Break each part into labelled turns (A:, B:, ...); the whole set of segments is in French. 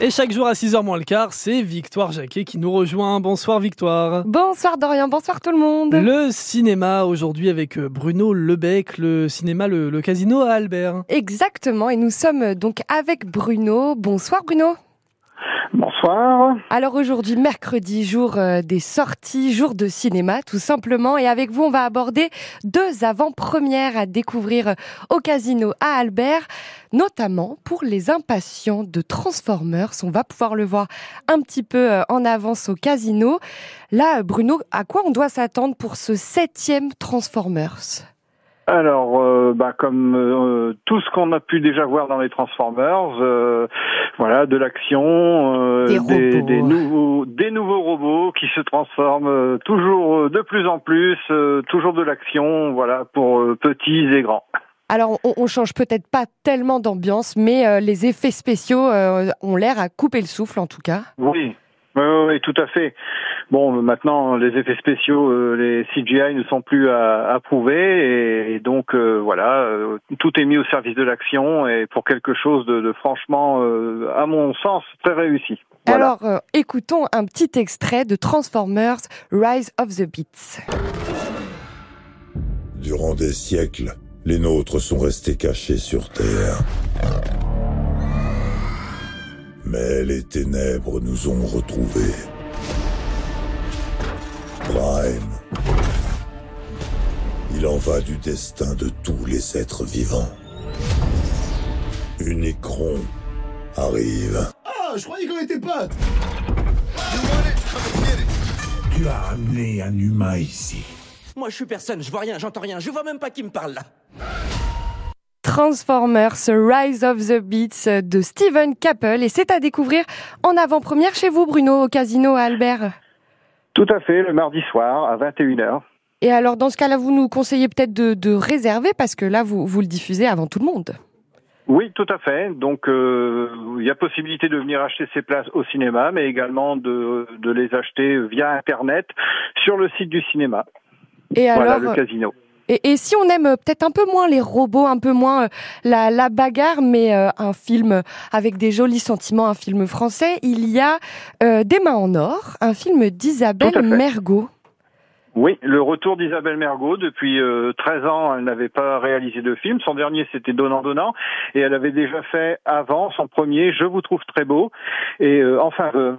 A: Et chaque jour à 6h moins le quart, c'est Victoire Jacquet qui nous rejoint. Bonsoir Victoire.
B: Bonsoir Dorian, bonsoir tout le monde.
A: Le cinéma aujourd'hui avec euh, Bruno Lebec, le cinéma, le, le casino à Albert.
B: Exactement, et nous sommes euh, donc avec Bruno. Bonsoir Bruno.
C: Bonsoir.
B: Alors aujourd'hui, mercredi, jour euh, des sorties, jour de cinéma tout simplement. Et avec vous, on va aborder deux avant-premières à découvrir euh, au casino à Albert, notamment pour les impatients de Transformers. On va pouvoir le voir un petit peu euh, en avance au casino. Là, euh, Bruno, à quoi on doit s'attendre pour ce septième Transformers
C: Alors, euh, bah, comme euh, tout ce qu'on a pu déjà voir dans les Transformers, euh, voilà, de l'action, euh,
B: Des
C: des,
B: robots.
C: des nouveaux, des nouveaux robots qui se transforment euh, toujours euh, de plus en plus, euh, toujours de l'action, voilà, pour euh, petits et grands.
B: Alors, on, on change peut-être pas tellement d'ambiance, mais euh, les effets spéciaux euh, ont l'air à couper le souffle en tout cas.
C: Oui. Oui, oui, oui, tout à fait. Bon, maintenant, les effets spéciaux, euh, les CGI ne sont plus à, à prouver, et, et donc euh, voilà, euh, tout est mis au service de l'action et pour quelque chose de, de franchement, euh, à mon sens, très réussi. Voilà.
B: Alors, euh, écoutons un petit extrait de Transformers Rise of the Beats.
D: Durant des siècles, les nôtres sont restés cachés sur Terre. Mais les ténèbres nous ont retrouvés. Prime. Il en va du destin de tous les êtres vivants. Unicron arrive.
E: Ah, je croyais qu'on était potes
D: Tu as amené un humain ici.
F: Moi, je suis personne, je vois rien, j'entends rien, je vois même pas qui me parle là.
B: Transformers Rise of the Beats de Steven Cappell et c'est à découvrir en avant-première chez vous Bruno au casino à Albert.
C: Tout à fait, le mardi soir à 21h.
B: Et alors dans ce cas-là vous nous conseillez peut-être de, de réserver parce que là vous, vous le diffusez avant tout le monde.
C: Oui, tout à fait. Donc, euh, il y a possibilité de venir acheter ses places au cinéma, mais également de, de les acheter via Internet sur le site du cinéma.
B: Et
C: voilà,
B: alors
C: le casino.
B: et, et si on aime euh, peut-être un peu moins les robots, un peu moins euh, la, la bagarre mais euh, un film avec des jolis sentiments, un film français, il y a euh, Des mains en or, un film
C: Tout à
B: d'Isabelle
C: fait.
B: Mergot.
C: Oui, le retour d'Isabelle Mergot. Depuis euh, 13 ans, elle n'avait pas réalisé de film. Son dernier, c'était Donnant Donnant. Et elle avait déjà fait avant son premier Je vous trouve très beau. Et euh, enfin, veuve.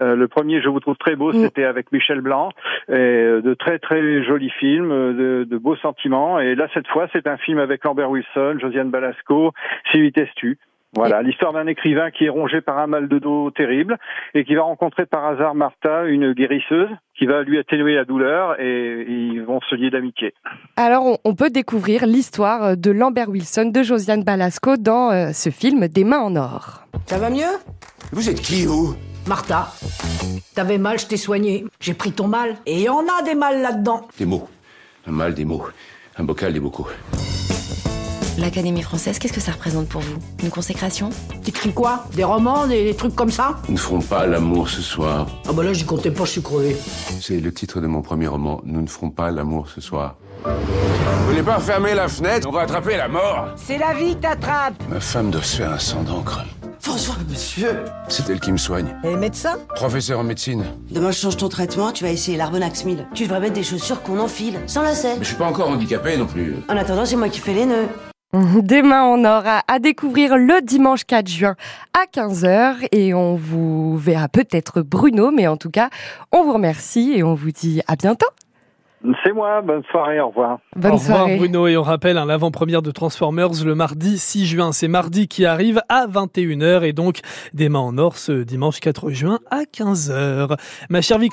C: Euh, le premier Je vous trouve très beau,
B: Mm.
C: c'était avec Michel Blanc. Et, euh, de très, très jolis films, euh, de, de beaux sentiments. Et là, cette fois, c'est un film avec Lambert Wilson, Josiane Balasco, Sylvie Testu. Voilà, l'histoire d'un écrivain qui est rongé par un mal de dos terrible et qui va rencontrer par hasard Martha, une guérisseuse, qui va lui atténuer la douleur et ils vont se lier d'amitié.
B: Alors, on, on peut découvrir l'histoire euh, de Lambert Wilson, de Josiane Balasco dans euh, ce film Des mains en or.
G: Ça va mieux
E: Vous êtes qui, vous
G: Martha, t'avais mal, je t'ai soigné. J'ai pris ton mal. Et y en a des mal là-dedans.
H: Des mots. Un mal des mots. Un bocal des bocaux.
I: L'Académie française, qu'est-ce que ça représente pour vous Une consécration
G: T'écris quoi Des romans, des, des trucs comme ça
H: Nous ne ferons pas l'amour ce soir.
G: Ah bah là, j'y comptais pas, je suis crevé.
H: C'est le titre de mon premier roman. Nous ne ferons pas l'amour ce soir. Vous voulez pas fermer la fenêtre On va attraper la mort
G: C'est la vie qui t'attrape.
H: Ma femme doit se faire un sang d'encre.
J: François, monsieur
H: C'est elle qui me soigne.
G: Et médecin
H: Professeur en médecine.
J: Demain, je change ton traitement, tu vas essayer l'Arbonax 1000. Tu devrais mettre des chaussures qu'on enfile, sans lacets.
H: Mais je suis pas encore handicapé non plus.
J: En attendant, c'est moi qui fais les nœuds.
B: Des mains en or à, à découvrir le dimanche 4 juin à 15h et on vous verra peut-être Bruno, mais en tout cas, on vous remercie et on vous dit à bientôt.
C: C'est moi, bonne soirée, au revoir.
B: Bonne
A: Au revoir
B: soirée.
A: Bruno et on rappelle hein, l'avant-première de Transformers le mardi 6 juin. C'est mardi qui arrive à 21h et donc Des mains en or ce dimanche 4 juin à 15h. Ma chère Victoire,